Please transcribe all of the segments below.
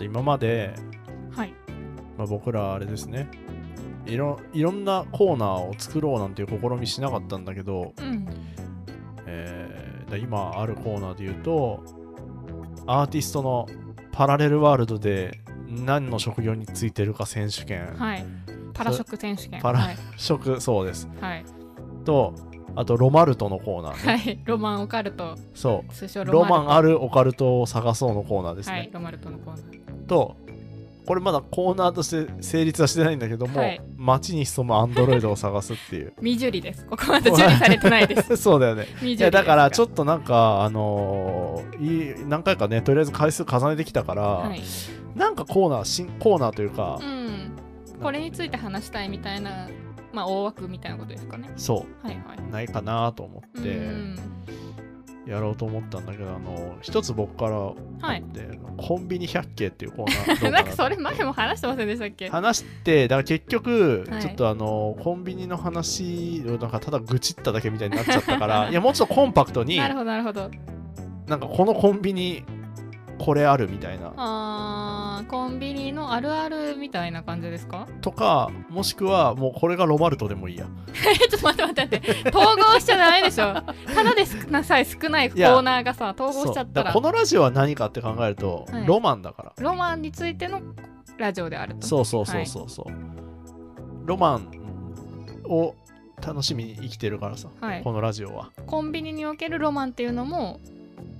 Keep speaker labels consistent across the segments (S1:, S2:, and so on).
S1: 今まで、
S2: はい
S1: まあ、僕らあれですねいろいろんなコーナーを作ろうなんていう試みしなかったんだけど、
S2: うん
S1: えーだ今あるコーナーで言うとアーティストのパラレルワールドで何の職業についてるか選手権、
S2: はいパラショック選手権
S1: パラ
S2: はい
S1: 職そうです
S2: はい、
S1: とあとロマルトのコーナーね、
S2: はい、ロマンオカルト
S1: そう
S2: 通称
S1: ロ
S2: ロ
S1: マン
S2: マ
S1: あるオカルトを探そうのコーナーで
S2: ル
S1: す
S2: ト
S1: ね、
S2: はいロマルトのコーナー
S1: とこれまだコーナーとして成立はしてないんだけども、
S2: はい
S1: 街に潜むアンドロイドを探すっていう
S2: 未受理ですここまで受理されてないです
S1: そうだよね
S2: 未受理
S1: いやだからちょ
S2: っ
S1: っとなんかあのーいい何回かねとりあえず回数重ねてきたから、
S2: とはい、
S1: なんかコーナー新コーナーというか
S2: う、んこれについて話したいみたいなまあ大枠みたいなことですかね
S1: そ
S2: はいはいう
S1: ないかなと思っ
S2: う
S1: て
S2: ん
S1: やろうと思ったんだけど、あのー一つ僕から
S2: はい
S1: でコンビニ百景っていうコーナーどうかな
S2: なんかそれ前も話してませんでしたっけ
S1: 話してだから結局、
S2: はい
S1: ちょっとあのコンビニの話をなんかただ愚痴っただけみたいになっちゃったから いやもうちょっとコンパクトに
S2: なる
S1: な
S2: ほどなるほど
S1: んかこのコンビニこれあるみたいな
S2: あーコンビニのあるあるみたいな感じですか
S1: とかもしくはもうこれがロマルトでもいいや
S2: えちょっと待って待って待って統合しちゃダメでしょただで少なさえ少ないコーナーがさ統合しちゃっ
S1: だから
S2: たら
S1: このラジオは何かって考えると、
S2: はい
S1: ロマンだから
S2: ロマンについてのラジオであると
S1: そうそうそうそうそう、ロマンを楽しみに生きてるからさ、
S2: はい
S1: このラジオは
S2: コンビニにおけるロマンっていうのも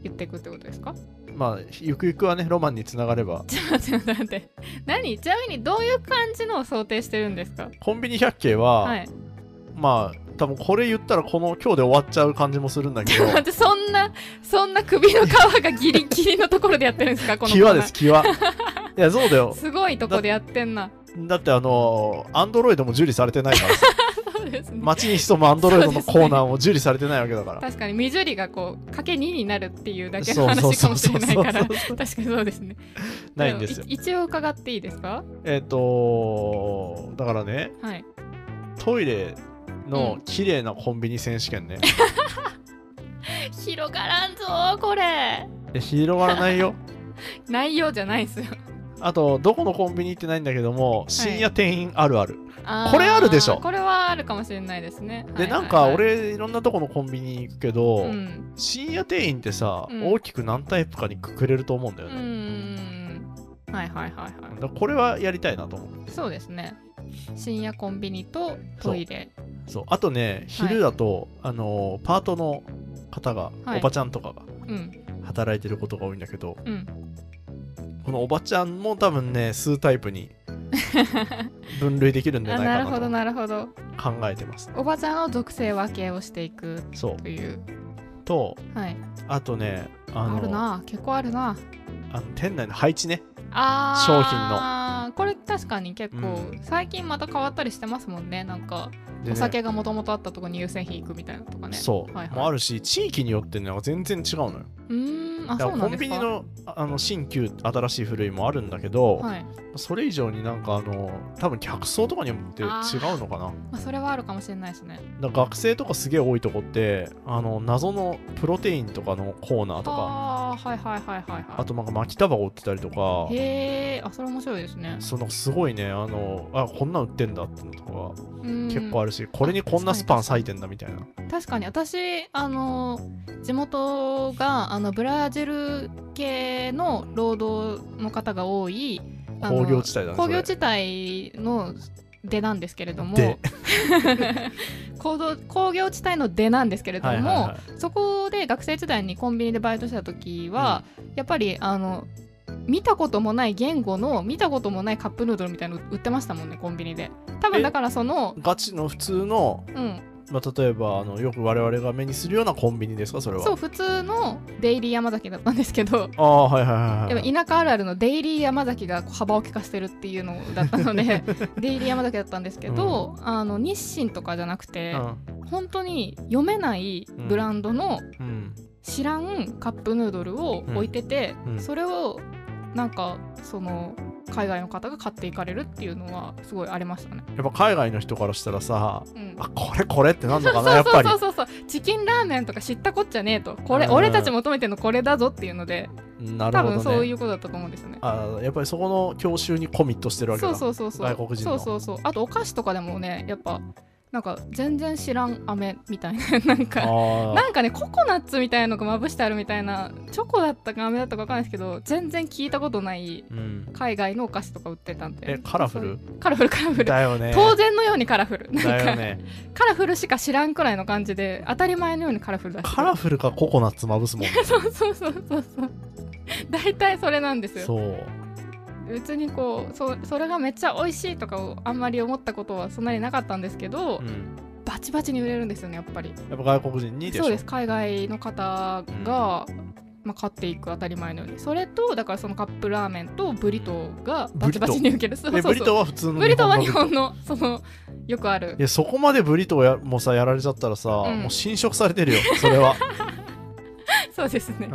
S2: 言っていくってことですか
S1: まあゆくゆくはねロマンにつながれば
S2: ちょっと待って待って待って何ちなみにどういう感じのを想定してるんですか
S1: コンビニ百景は、
S2: はい
S1: まあ多分これ言ったらこの今日で終わっちゃう感じもするんだけ
S2: ちょっと待
S1: ど
S2: ってそんなそんな首の皮がギリギリのところでやってるんですか このコーナ
S1: 際
S2: ー
S1: です際 いやそうだよ
S2: すごいとこでやってんな
S1: だってあのアンドロイドも受理されてない からさ
S2: そうですね
S1: 街に潜むアンドロイドの
S2: そうです
S1: コ
S2: ね
S1: ーナーも受理されてないわけだから
S2: 確かに未受理がこうかけ2になるっていうだけ
S1: そ
S2: の
S1: うそう
S2: 話
S1: そ
S2: か
S1: う
S2: も
S1: そ
S2: し
S1: う
S2: れないから確かにそうですね
S1: ないんですよ
S2: い一応伺っていいですか
S1: えっ、とだからね
S2: はい
S1: トイレの綺麗なコンビニ選手権 ね、
S2: 広がらんぞーこれ
S1: で広がらないよ
S2: 内容じゃないですよ
S1: あとどこのコンビニ行ってないんだけども深夜店員あるある、
S2: あー
S1: これあるでしょ
S2: これはあるかもしれないですね
S1: でなんか、俺いろんなとこのコンビニ行くけど、
S2: はいはいはいうん
S1: 深夜店員ってさ、
S2: うん
S1: 大きく何タイプかにくくれると思うんだ
S2: う
S1: よね、
S2: ーんはいはいはいはい
S1: だからこれはやりたいなと思う
S2: そうですね深夜コンビニとトイレ
S1: そうあとね昼だと、あのーパートの方が、
S2: はい
S1: おばちゃんとかが
S2: うん
S1: 働いてることが多いんだけど
S2: うん
S1: このおばちゃんも多分ね数タイプ に分類できるんじゃ
S2: あ
S1: ない
S2: なる
S1: か
S2: ほど
S1: な
S2: なるほど
S1: と考えてます
S2: おばちゃんを属性分けをしていく
S1: そう
S2: という
S1: と
S2: はい
S1: あとねあ
S2: あ
S1: の
S2: るな結構あるな
S1: あの店内の配置ね
S2: あー
S1: 商品
S2: これ確かに結構、
S1: うん
S2: 最近また変わったりしてますもんねなんか
S1: でね
S2: お酒がもともとあったとこに優先品行くみたいなとかね
S1: そう、
S2: はいはい
S1: もあるし地域によってね全然違うのよ
S2: うーんあ
S1: だ
S2: そ
S1: か
S2: う
S1: らコ
S2: なんで
S1: ンビ
S2: すか
S1: ニのあの新旧新しい古いもあるんだけど、
S2: はいま
S1: それ以上になんかあの多分客層とかにもって違う
S2: あー
S1: のかな
S2: あ、それはあるかもしれないですね
S1: だから学生とかすげえ多いとこってあの謎のプロテインとかのコーナーとか
S2: ああーはいはいはいはいはい
S1: あとなんか巻きタバコ売ってたりとか
S2: へえあそれ面白いですね
S1: そのすごいねあのあこんなん売ってんだってのとかが結
S2: 結
S1: 構あ
S2: る
S1: るし、これにこんなスパン割いてんだみたいな
S2: 確かに私あの地元があのブラジル系の労働の方が多いあの
S1: 工業地帯だね
S2: 工業
S1: そ
S2: 地帯の出なんですけれども
S1: 出
S2: 工業工業地帯の出なんですけ
S1: れ
S2: れども、
S1: はいはいはい
S2: そこで学生時代にコンビニでバイトしてた時は、やっぱりあの見たこともない言語の見たこともないカップヌードルみたいなの売ってましたもんねコンビニで多
S1: え
S2: 分だからその
S1: ガチの普通の、
S2: うん
S1: まあ、例えばあのよく我々が目にするようなコンビニですかそれは
S2: そう普通のデイリー山崎だったんですけど
S1: ああはいはいはい
S2: で
S1: は
S2: も
S1: い
S2: 田舎あるあるのデイリー山崎がこう幅を利かしてるっていうのだったのでデイリー山崎だったんですけど、あの日清とかじゃなくて、本当に読めないブランドの
S1: うんうん
S2: 知らんカップヌードルを置いてて、
S1: うんうん
S2: それをなんかその海外の方が買っていかれるっていうのはすごいありましたね。
S1: やっぱ海外の人からしたらさ
S2: うん
S1: あこれこれってなんのかな
S2: そ
S1: や
S2: う
S1: っぱり
S2: そうそうそうそうチキンラーメンとか知ったこっちゃねえとこれ
S1: うん
S2: 俺たち求めてるのこれだぞっていうので
S1: なる
S2: 多
S1: ほど、ね、
S2: 分そういうことだったと思うんですよね。
S1: あやっぱりそこの教習にコミットしてるわけ
S2: そ
S1: だ
S2: うそうそうそう
S1: 外国人の
S2: そうそうそうあとお菓子とかでもねやっぱなんか全然知らん飴みたいな なんか
S1: あ
S2: なんかねココナッツみたいなのがまぶしてあるみたいなチョコだったか飴だったかわかんないですけど全然聞いたことない
S1: ーうん、
S2: 海外のお菓子とか売ってたんで
S1: えカラフル
S2: そうカラフルカラフル
S1: だよね
S2: 当然のようにカラフルなん
S1: だ
S2: か、
S1: よね
S2: カラフルしか知らんくらいの感じで当たり前のようにカラフルだし
S1: カラフルかココナッツまぶすもんね
S2: そうそうそうそうそう大体それなんですよ
S1: そう
S2: 別にこうそそれがめっちゃ美味しいとかをあんまり思ったことはそんなになかったんですけど、
S1: うん、
S2: バチバチに売れるんですよねやっぱり
S1: やっぱ外国人にでしょ
S2: そうです海外の方が、まあ、買っていく当たり前のようにそれとだからそのカップラーメンとブリトーがバチバチに受けるそうそう
S1: え
S2: そう
S1: ブリトーは普通の
S2: ブリトーは日
S1: の
S2: 本のそのよくある
S1: いやそこまでブリトーやもうさやられちゃったらさ、
S2: ん
S1: もう侵食されてるよそれ は、
S2: そうですね
S1: う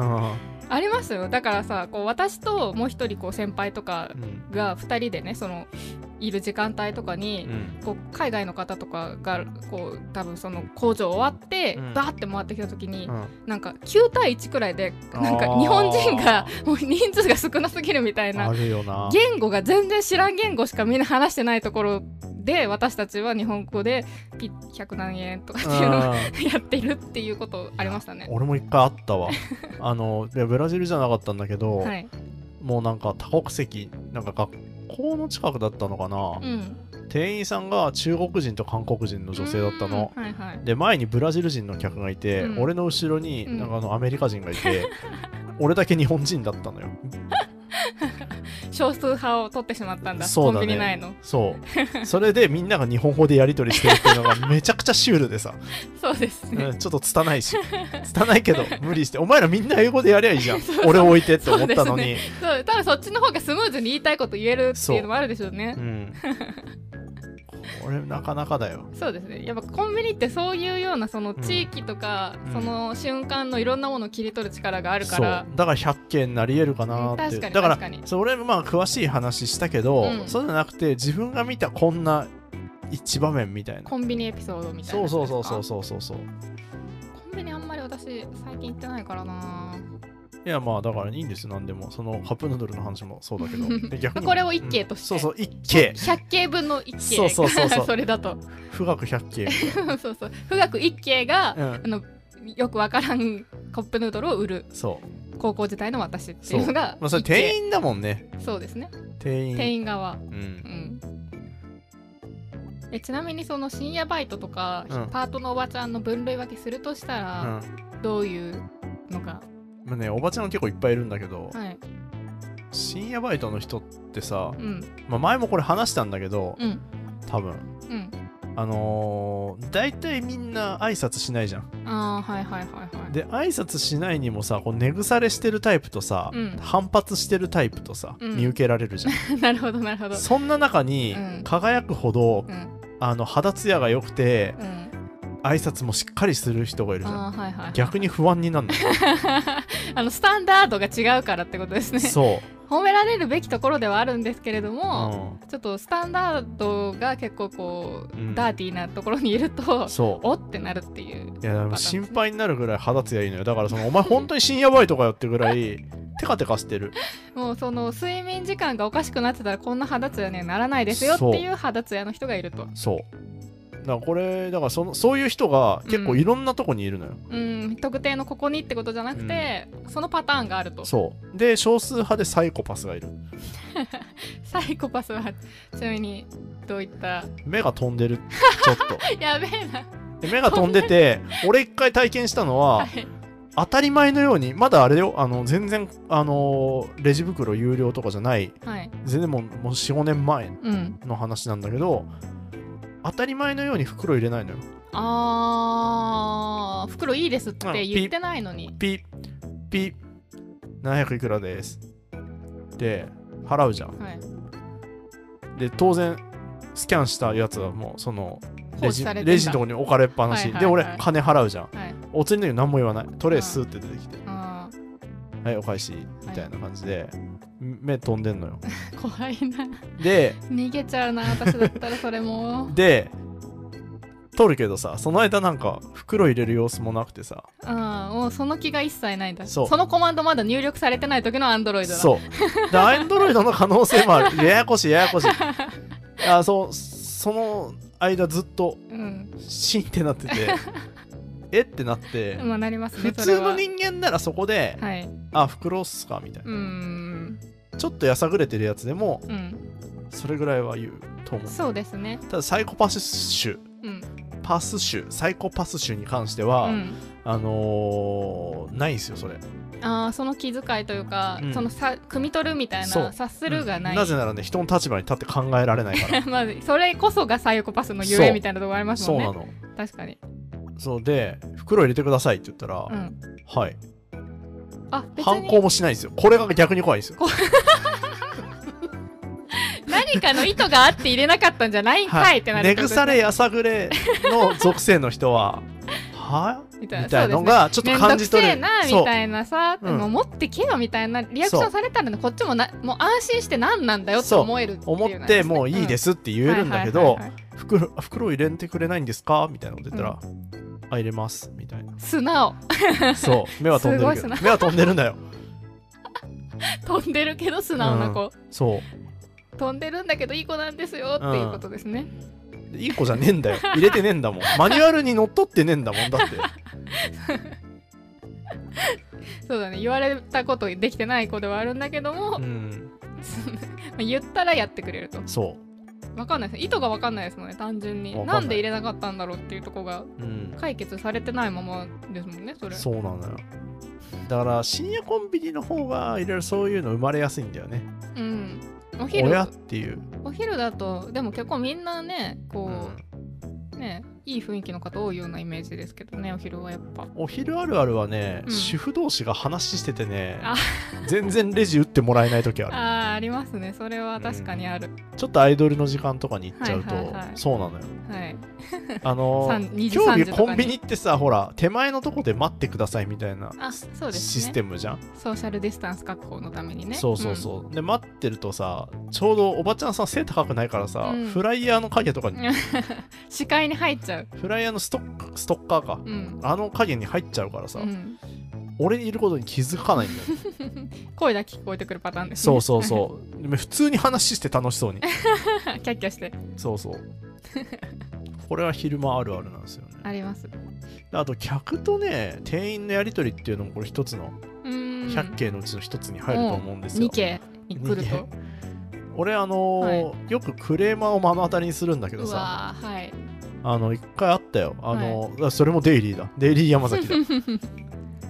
S2: ありますよだからさこう私ともう一人こう先輩とか
S1: んうん
S2: が2人でねそのいる時間帯とかに、
S1: うん
S2: こう海外の方とかがこう多分その工場終わって、
S1: うん
S2: バーって回ってきた時に、
S1: うん
S2: なんか9対1くらいで
S1: あー
S2: なんか日本人がもう人数が少なすぎるみたい
S1: あ
S2: な
S1: るよな
S2: 言語が全然知らん言語しかみんな話してないところで私たちは日本語でピッ100何円とかっていうのを
S1: うん
S2: やってるっていうことありましたね。
S1: 俺も一回あった わあのいやブラジルじゃなかったんだけど、
S2: はい、
S1: もうなんか多国籍なんか学校の近くだったのかな
S2: う、ん、
S1: 店員さんが中国人と韓国人の女性だったの、
S2: うんはいはい、
S1: で前にブラジル人の客がいて、
S2: うん
S1: 俺の後ろに
S2: うん
S1: なんかあのアメリカ人がいて、 俺だけ日本人だったのよ
S2: 少数派を取ってしまったんだ
S1: そうだね
S2: コンビニ内の
S1: そうそれでみんなが日本語でやり取りしてるっていうの がめちゃくちゃシュールでさ、
S2: そうですね、
S1: うんちょっと拙いし拙いけど無理してお前らみんな英語でやりゃいいじゃ ん俺置いてって思ったのに
S2: そう多分そっちの方がスムーズに言いたいこと言えるっていうのもあるでしょうね
S1: うん、これなかなかだよ。
S2: そうですねやっぱコンビニってそういうようなその地域とか、
S1: うん
S2: その瞬間のいろんなものを切り取る力がある
S1: そ
S2: か
S1: う
S2: ら
S1: だから100件なり得るかなって、
S2: うん確かに
S1: だから
S2: 確かに
S1: それまあ詳しい話したけど、
S2: うん
S1: そうじゃなくて自分が見たこんな一場面みたいな
S2: コンビニエピソードみたい
S1: そ
S2: な
S1: うそうそうそう
S2: う
S1: そうそうそう
S2: コンビニあんまり私最近行ってないからない
S1: やまあだからいいんですよ何でもそのカップヌードルの話もそうだけ どで逆に
S2: これを一景として
S1: うんそうそう一景
S2: 100景分の1景
S1: そうそうそうそう
S2: それだと
S1: 富岳100景
S2: そうそう富岳1景が、
S1: うん
S2: あのよくわからん コップヌードルを売る
S1: そう
S2: 高校時代の私っていうのが
S1: まあそれ
S2: 一景
S1: 店員だもんね
S2: そうですね
S1: 店員
S2: 店員側
S1: うん
S2: うんえちなみにその深夜バイトとか、
S1: うん
S2: パートのおばちゃんの分類分けするとした
S1: う
S2: ら、
S1: ん
S2: どういうのが、
S1: まあね、おばちゃんは結構いっぱいいるんだけど、
S2: はい
S1: 深夜バイトの人ってさ、
S2: うん
S1: まあ、前もこれ話したんだけど、
S2: うん
S1: 多分
S2: うん
S1: あのー、大体みんな挨拶しないじゃん
S2: ああはいはいはいはい
S1: で挨拶しないにもさこう寝腐れしてるタイプとさ、
S2: うん
S1: 反発してるタイプとさ、
S2: うん
S1: 見受けられる じゃん
S2: なるほどなるほど
S1: そんな中に
S2: うん
S1: 輝くほど、
S2: うん
S1: あの肌ツヤが良くて
S2: うん
S1: 挨拶もしっかりする人がいるじゃん
S2: あーはいはいはい
S1: 逆に不安になるの
S2: あのスタンダードが違うからってことですね
S1: そ
S2: 褒められるべきところではあるんですけれど
S1: う、
S2: も、ちょっとスタンダードが結構こう、
S1: うん
S2: ダーティーなところにいる
S1: う
S2: と
S1: ん、そう
S2: おってなるっていう
S1: いやでも心配になるぐらい肌ツヤいいのよだからそのお前本当に深夜バイトかよってぐらいテカテカしてる
S2: もうその睡眠時間がおかしくなってたらこんな肌ツヤにはならないですよっていう肌ツヤの人がいると
S1: そうだからこれだからそのそういう人が結構いろんなとこにいるのよ、
S2: うん特定のここにってことじゃなくて、そのパターンがあると
S1: そうで少数派でサイコパスがいる
S2: サイコパスはちなみにどういった
S1: 目が飛んでるちょっと
S2: やべえな
S1: で目が飛んでて俺一回体験したのは、
S2: はい
S1: 当たり前のようにまだあれよあの全然あのーレジ袋有料とかじゃない
S2: はい
S1: 全然もうもう45年前
S2: うん
S1: の話なんだけど当たり前のように袋入れないのよ
S2: あー袋いいですって言ってないのに
S1: ピッピッ700いくらですで払うじゃん
S2: はい
S1: で当然スキャンしたやつはもうその
S2: 放
S1: レ
S2: 置
S1: ジ
S2: されてんだ
S1: レジのとこに置かれっぱなし、
S2: はいはい
S1: で俺
S2: はい
S1: 金払うじゃん
S2: はい
S1: お釣りの時何も言わないトレースーって出てきて、
S2: あー
S1: はいお返しみたいな感じで、目飛んでんのよ
S2: 怖いな
S1: で
S2: 逃げちゃうな私だったらそれも
S1: で取るけどさその間なんか袋入れる様子もなくてさ
S2: ああもうその気が一切ないんだ
S1: そう
S2: そのコマンドまだ入力されてない時のアンドロイドだ
S1: そうでアンドロイドの可能性もある ややこしいややこしいあそうその間ずっと
S2: うん
S1: シーンってなって てえってなって、
S2: まあなりますね
S1: 普
S2: それ
S1: 通
S2: は
S1: の人間ならそこで、
S2: はい
S1: あ袋っすかみたいな、
S2: うん
S1: ちょっとやさぐれてるやつでも
S2: うん
S1: それぐらいは言うと思う
S2: そうですね
S1: ただサイコパス種
S2: うん
S1: パス種サイコパス種に関しては、
S2: うん
S1: あのーないんですよそれ
S2: ああその気遣いというか、
S1: うん
S2: そのさ汲み取るみたい
S1: そう
S2: な察するがない、
S1: うんぜならね人の立場に立って考えられないから
S2: まあそれこそがサイコパスのゆ
S1: そ
S2: え
S1: う
S2: みたいなとこあります
S1: そ
S2: も
S1: うんな
S2: ね
S1: の
S2: 確かに、
S1: そうで袋入れてくださいって言ったら、
S2: うん、
S1: はい
S2: あ別
S1: 反抗
S2: に
S1: もしないんですよこれが逆に怖いんですよ
S2: 何かの意図があって入れなかったんじゃないんかいってなる
S1: 寝
S2: って
S1: ぐ
S2: ことですね
S1: されやさぐれの属性の人 はは
S2: み
S1: みたいなのがちょっ
S2: め
S1: と
S2: んど
S1: 感
S2: く
S1: じ
S2: せ
S1: 取れ
S2: え
S1: る
S2: な
S1: そ
S2: み
S1: う
S2: たいなさ、
S1: うん
S2: もう持ってけよみたいなリアクションされたらねこっちもなもう安心して何なんだよって
S1: そう
S2: 思えるっていうのが
S1: 思
S2: ね
S1: ってもういいですって言えるんだけ
S2: はいはい
S1: ど
S2: はいはい
S1: 袋袋入れてくれないんですかみたいなこと言ったら、あ入れますみたい
S2: 素直
S1: なそう目は飛んでるけ
S2: す
S1: ど
S2: ごい素
S1: 目は飛んでるんだよ
S2: 飛んでるけど素直な子、
S1: そ
S2: 飛んでるんだけどいい子なんですよっていうことですね、
S1: うでいい子じゃねえんだよ 入れてねえんだもんマニュアルにのっとってねえんだもん だって
S2: そうだね言われたことできてない子ではあるんだけども
S1: う、ん
S2: 言ったらやってくれると
S1: そ
S2: 分かんないです意図が分かんないですもんね単純に
S1: わか
S2: なん
S1: ない
S2: んで入れなかったんだろうっていうとこが
S1: ううん
S2: 解決されてないままですもんねそれ
S1: そうなのよだから深夜コンビニの方がいろいろそういうの生まれやすいんだよね
S2: うんお昼
S1: 親っていう、
S2: お昼だとでも結構みんなね
S1: う
S2: こ
S1: ん
S2: う、ねいい雰囲気の方多いようなイメージですけどねお昼はやっぱ
S1: お昼あるあるはね、
S2: うん
S1: 主婦同士が話しててね
S2: あ
S1: 全然レジ打ってもらえない時あ
S2: あ
S1: る
S2: ーありますねそれは確かにある、
S1: ちょっとアイドルの時間とかに行っちゃうと、
S2: はいはいはい
S1: そうなのよ
S2: はい
S1: あの
S2: さん2時
S1: 今日
S2: 3時とか
S1: コ
S2: に
S1: ンビニってさほら手前のとこで待ってくださいみたいな
S2: あそうですね
S1: システムじゃん
S2: ソーシャルディスタンス確保のためにね
S1: そうそうそう、で待ってるとさちょうどおばちゃんさん背高くないからさ、
S2: うん
S1: フライヤーの影とかに
S2: うん視界に入っちゃう
S1: フライヤーのストックストッカーか、
S2: うん、
S1: あの影に入っちゃうから
S2: う
S1: さ、
S2: ん、
S1: 俺にいることに気づかないん だよ
S2: 声だけ聞こえてくるパターンです、ね、
S1: そうそうそうでも普通に話して楽しそうに
S2: キャッキャして
S1: そう そうこれは昼間あるあるなんですよね
S2: あります
S1: あと客とね店員のやり取りっていうのもこれ一つの
S2: うーん
S1: 100件のうちの一つに入ると思うんですよ
S2: 2。件に来ると
S1: 俺あのーよくクレーマーを目の当たりにするんだけど
S2: う
S1: さ
S2: わーはい
S1: あの一回あったよあのー、それもデイリーだデイリー山崎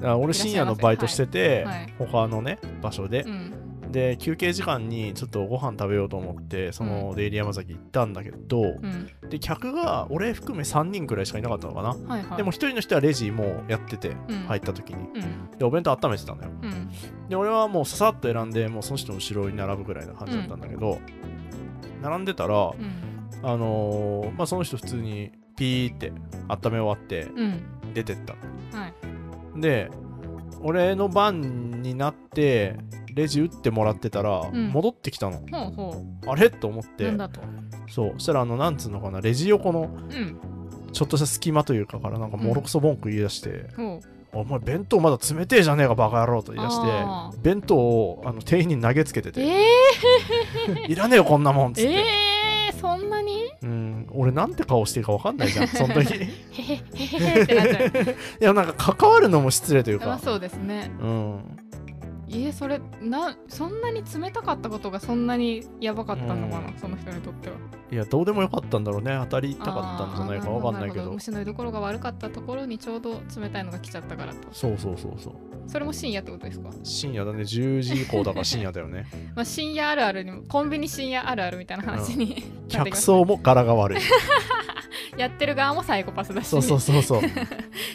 S1: だ あ俺深夜のバイトしてて、
S2: はい
S1: 他のね場所で
S2: う、ん
S1: で休憩時間にちょっとご飯食べようと思ってそのデイリー山崎行ったんだけど、
S2: うん
S1: で客が俺含め3人くらいしかいなかったのかな、
S2: はいはい
S1: でも一人の人はレジもうやってて、
S2: うん
S1: 入った時に
S2: うん
S1: でお弁当温めてたのよ
S2: うん
S1: で俺はもうささっと選んでもうその人の後ろに並ぶぐらいな感じだったんだけど、並んでたらあ
S2: うん
S1: のーまあその人普通にピーって温め終わって
S2: うん
S1: 出てった
S2: はい
S1: で俺の番になってレジ打ってもらってたら
S2: うん
S1: 戻ってきたの、
S2: ほうほ
S1: あれと思っ
S2: う
S1: て
S2: なんだと
S1: そうそしたらあのなんつうのかなレジ横の
S2: うん
S1: ちょっとした隙間というかからなんかもろくそ文句言い出して、
S2: ほう
S1: お前弁当まだ冷てえじゃねえかバカ野郎と言い出して
S2: あー
S1: 弁当をあの店員に投げつけてて
S2: え
S1: いらねえよこんなもんっつ
S2: ー、
S1: って、
S2: えー、そんなに
S1: うん俺なんて顔していいか分かんないじゃんその 時い
S2: へへへへへってなっちゃう
S1: やなんか関わるのも失礼という
S2: まあ
S1: か
S2: そうですね
S1: うん
S2: えー、それなそんなに冷たかったことがそんなにやばかったのかな、
S1: うん
S2: その人にとってはい
S1: やどうでもよかったんだろうね当たりたかったんじゃないか分かんないけ
S2: あーるほるほ
S1: ど
S2: 虫の居所が悪かったところにちょうど冷たいのが来ちゃったからと
S1: そうそうそうそう
S2: それも深夜ってことですか、
S1: 深夜だね10時以降だから深夜だよね
S2: まあ、深夜あるあるにもコンビニ深夜あるあるみたいな話に、なってき
S1: 客
S2: ます
S1: 層も柄が 悪い
S2: やってる側もサイコパスだし
S1: そうそうそうそう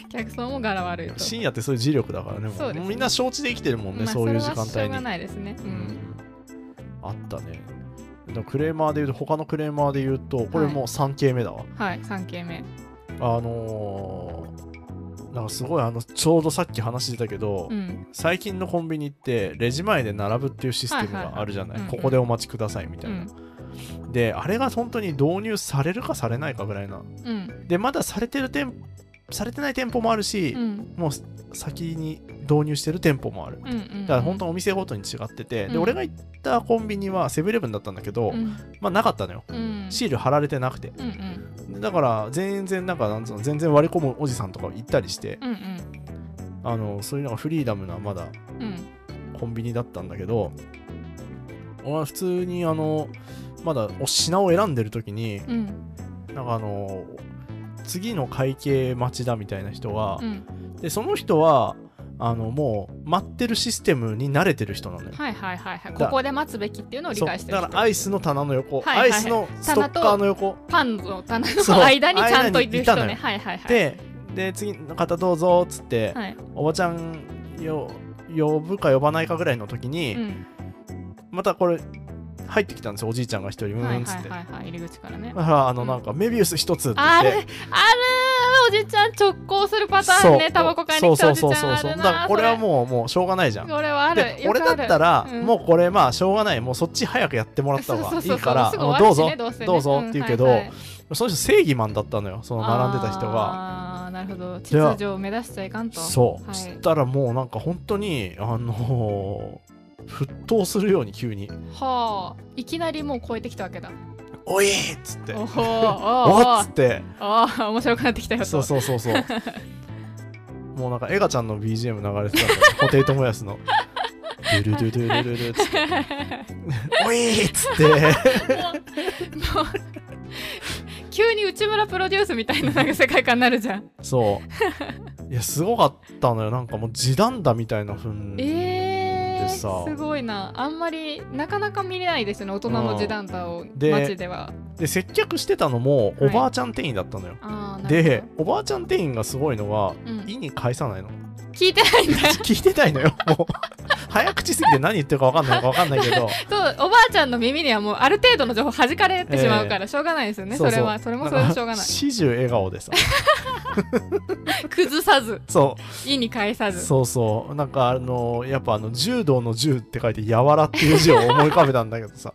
S2: 客層も柄悪いと
S1: 深夜ってそういう磁力だからねもう
S2: そうですね
S1: みんな承知で生きてるもんね、
S2: まあ
S1: そういう時間
S2: それはしょう
S1: 帯
S2: が
S1: に
S2: ないですね、う、
S1: うんんあったねでもクレーマーで言うと他のクレーマーで言うとこれもう3件目だわ、
S2: はい3件目
S1: あのーなんかすごいあのちょうどさっき話してたけど、
S2: うん
S1: 最近のコンビニってレジ前で並ぶっていうシステムがあるじゃない,、
S2: はいはいはい
S1: ここでお待ちくださいみた
S2: う
S1: いな、
S2: ん
S1: であれが本当に導入されるかされないかぐらいな
S2: うん
S1: でまだされてる店されてない店舗もあるし、
S2: うん
S1: もう先に導入してる店舗もある
S2: うんうん
S1: だから本当お店ごとに違ってて、
S2: う
S1: で
S2: ん
S1: 俺が行ったコンビニはセブンイレブンだったんだけど、
S2: うん
S1: まあなかったのよ
S2: うん
S1: シール貼られてなくて
S2: うんうん
S1: だから全然なんかなんつうの全然割り込むおじさんとか行ったりして
S2: うん
S1: あのそういうのがフリーダムなまだ
S2: うんうん
S1: コンビニだったんだけど俺は普通にあのまだお品を選んでる時に
S2: うん
S1: なんかあの次の会計待ちだみたいな人が
S2: う、ん
S1: でその人はあのもう待ってるシステムに慣れてる人なのよ
S2: はいはいはいはい
S1: だ
S2: ここで待つべきっていうのを理
S1: そう
S2: 解してる
S1: だ
S2: 人
S1: からアイスの棚の横、
S2: はいはい
S1: ア
S2: はい
S1: イスのストッカーの横
S2: パンの棚
S1: そう
S2: の間にちゃんといる人
S1: 間に
S2: ね
S1: いたのよ
S2: はいはいはい
S1: でで次の方どうぞっつって、
S2: はい
S1: おばちゃんよ呼ぶか呼ばないかぐらいの時に、
S2: うん
S1: またこれ入ってきたんですよおじいちゃんが一人う
S2: は
S1: ーん
S2: い
S1: っつっ
S2: は
S1: て、
S2: いはいはい入り口からね
S1: だからあの
S2: うん
S1: なんかメビウス一つって言
S2: あ
S1: っ
S2: るあ
S1: て
S2: るおじちゃん直行するパターンねタバコ買いに来たおじちゃんある
S1: だ
S2: な
S1: からこれは
S2: う
S1: もうもうしょうがないじゃん
S2: これはある
S1: で俺だったら、も
S2: う
S1: うこれまあしょうがないもうそっち早くやってもらった方がいいから
S2: そうそうそうそうすぐ終
S1: もう
S2: わ
S1: どう
S2: るし
S1: ぞ
S2: ねどうせね
S1: どうぞって言うけど、
S2: んはいはい
S1: その人正義マンだったのよその並んでた人が
S2: あーなるほど秩序を目指しちゃいかんと
S1: そう、
S2: はい
S1: そしたらもうなんか本当にあのー沸騰するように急に
S2: はあいきなりもう超えてきたわけだ
S1: 「おい!」っつって「
S2: お
S1: おっ!
S2: お おお」
S1: っつって
S2: ああ面白くなってきたよと
S1: そうそうそうそうもうなんかエガちゃんの BGM 流れてたのよ 布袋寅泰の「ドゥルドゥドゥルルル」っつって「おい!」っつって
S2: もうもう 急に内村プロデュースみたいななんか世界観になるじゃん。
S1: そういやすごかったのよなんかもう地団だみたいなふんで
S2: えー、
S1: さ
S2: すごいな。あんまりなかなか見れないですよね、大人の時短だを、
S1: で
S2: 街では。
S1: で接客してたのもおばあちゃん店員だったのよ、
S2: あーなるほど
S1: でおばあちゃん店員がすごいのが
S2: う
S1: 「
S2: ん
S1: い」に返さないの
S2: 聞いてないんだ
S1: 聞いてないのよもう早口すぎて何言ってるか分かんないのか分かんないけど
S2: そうおばあちゃんの耳にはもうある程度の情報弾かれてしまうからしょうがないですよね、
S1: う
S2: それは
S1: う
S2: それもそれでしょうがない
S1: 始終笑顔でさ
S2: 崩さず
S1: そ
S2: 意に返さ
S1: う
S2: ず
S1: そうそうなんかあのやっぱあの柔道の柔って書いて柔らっていう字を思い浮かべたんだけどさ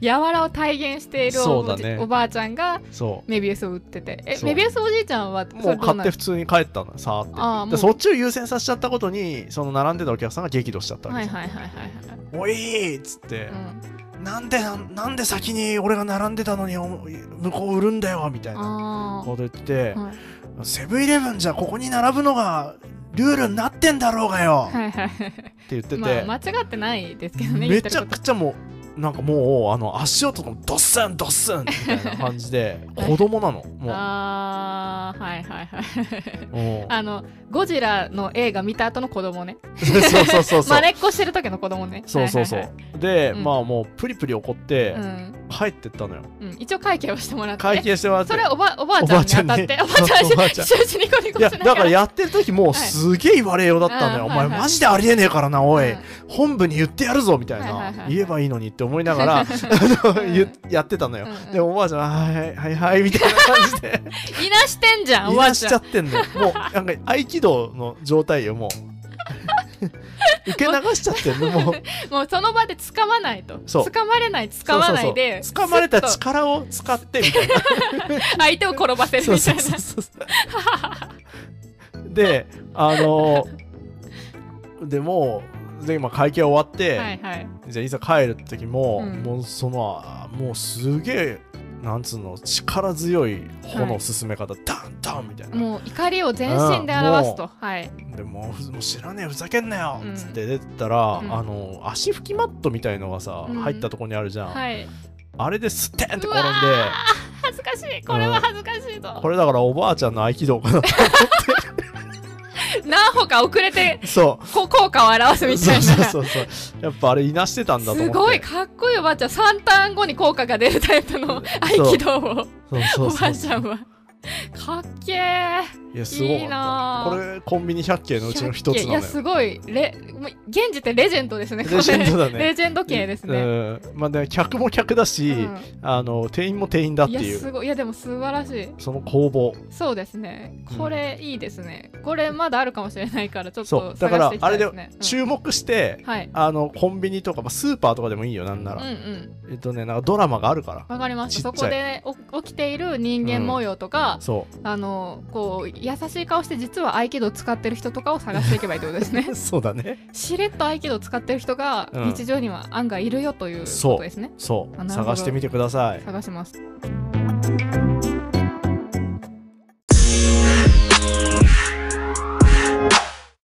S2: 柔らを体現している
S1: そ
S2: お,、
S1: うだね
S2: おばあちゃんが
S1: そ
S2: メビウスを売っててえ
S1: そう
S2: メビウスおじいちゃんは
S1: う
S2: そ
S1: も
S2: れ
S1: う
S2: ど
S1: 買
S2: ん
S1: っ
S2: な
S1: て普通に帰ったのさーって
S2: あーも
S1: で
S2: う
S1: そっちを優先させちゃったことにその並んでたお客さんが激怒しちゃったわ
S2: は
S1: け
S2: い
S1: です、
S2: はいはいはいはい
S1: おいーっつって、
S2: うん
S1: なんでなんなんで先に俺が並んでたのにお向こう売るんだよみたいな
S2: あ
S1: こと言って、
S2: ーはい
S1: セブンイレブンじゃここに並ぶのがルールになってんだろうがよって
S2: はいはいはい
S1: 言ってて、
S2: まあ間違ってないですけどね言
S1: め
S2: って
S1: ち
S2: る
S1: ゃ
S2: こと
S1: くちゃもうなんかもうあの足音とかもドッスンドッスンみたいな感じで
S2: はい
S1: 子供なのも
S2: あーはいはいはい
S1: ううん
S2: あのゴジラの映画見た後の子供ね
S1: そうそうそうそ
S2: ま
S1: う
S2: ねっこしてる時の子供ね
S1: そうそうそう、
S2: はいは
S1: で、
S2: うん
S1: まあもうプリプリ怒って
S2: いはい
S1: 帰ってったのよ、
S2: うんうん一応会計をしてもらって
S1: 会計してもらって
S2: それはおばおばあちゃんに当たって
S1: お
S2: お
S1: ば
S2: ば
S1: あ
S2: あ
S1: ち
S2: ち
S1: ゃ
S2: ゃ
S1: ん
S2: ん
S1: に
S2: に終始ニコニコ
S1: いや
S2: しながら
S1: だからやってる時もうすげえ言われようだったのよ、
S2: はい
S1: お
S2: うんは
S1: 前
S2: いはい
S1: マジでありえねえからなおい、
S2: うん
S1: 本部に言ってやるぞみたいな、
S2: はいはいはいはい
S1: 言えばいいのにって思いなが らあの
S2: うん
S1: 言っやってたのよ、
S2: うんうん
S1: でおばあちゃんは「はいはいはい」みたいな感じで
S2: いなしてんじゃん
S1: い
S2: お ばあ
S1: なし
S2: ち
S1: ちゃ
S2: ゃん
S1: ってんのよもうなんか合気道の状態よもう 受け流しちゃってんの もう
S2: もうその場で掴まないと
S1: そう
S2: 掴まれない掴まないで
S1: そうそうそう掴まれた
S2: スッと
S1: 力を使ってみたい な
S2: 相手を転ばせる
S1: そう
S2: みた
S1: そ
S2: いうな
S1: そうそうであのでもうで今会計終わって、
S2: はいはい
S1: じゃあいざ帰る時も、
S2: うん
S1: もうそのあもうすげえなんつうの力強い歩の進め方、ダンダンみたいな、
S2: もう怒りを全身で表すと、はい、
S1: でもうふもう知らねえふざけんなよ、
S2: うん
S1: つって出てったら、
S2: うん
S1: あの足拭きマットみたいのがさ、
S2: うん
S1: 入ったとこにあるじゃん、
S2: はい、
S1: あれですってんって
S2: う
S1: 転ん
S2: わ
S1: で
S2: ー恥ずかしいこれは恥ずかしい、
S1: ことれだからおばあちゃんの合気道か な
S2: 何歩か遅れて
S1: そう
S2: こう効果を表すみ
S1: そ
S2: たいうな
S1: そうそうそうやっぱあれいなしてたんだと思っ
S2: す
S1: て
S2: ごいかっこいいおばあちゃん3ターン後に効果が出るタイプの合気道を
S1: そうそう
S2: お
S1: そ
S2: ば
S1: う
S2: あちゃんはかっけえ
S1: いやすごかった
S2: いいなあ
S1: これコンビニ100景のうちの一つ
S2: い
S1: なの
S2: や
S1: よ
S2: すごいレもう現時点レジェンドですねこれ
S1: レジェンドだね
S2: レジェンド系ですね、
S1: うんまあ、で客も客だし、
S2: うん
S1: あの店員も店員だって
S2: いや
S1: い
S2: す
S1: う
S2: ごいいやでも素晴らしい
S1: その攻防
S2: そうですねこれいいですね、これまだあるかもしれないからちょっ
S1: そ
S2: と
S1: うだか
S2: 探し
S1: ら
S2: ていき
S1: あ
S2: た
S1: れ
S2: い
S1: で
S2: ですね、うん
S1: 注目して、
S2: はい
S1: あのコンビニとか、まあ、スーパーとかでもいいよなんな
S2: うん
S1: ら、
S2: うん
S1: えっとねなんかドラマがあるから
S2: わかりまし
S1: ち
S2: た
S1: っ
S2: そ
S1: ちゃ
S2: こ
S1: い
S2: でお起きている人間模様とか、
S1: そ
S2: あのこう優しい顔して実は合気道使ってる人とかを探していけばいいってことですね
S1: うそうだね
S2: しれっと合気道使ってる人が
S1: うん
S2: 日常には案外いるよという
S1: そう
S2: ことですね、
S1: そ
S2: あ
S1: う
S2: なるほど
S1: 探してみてください
S2: 探します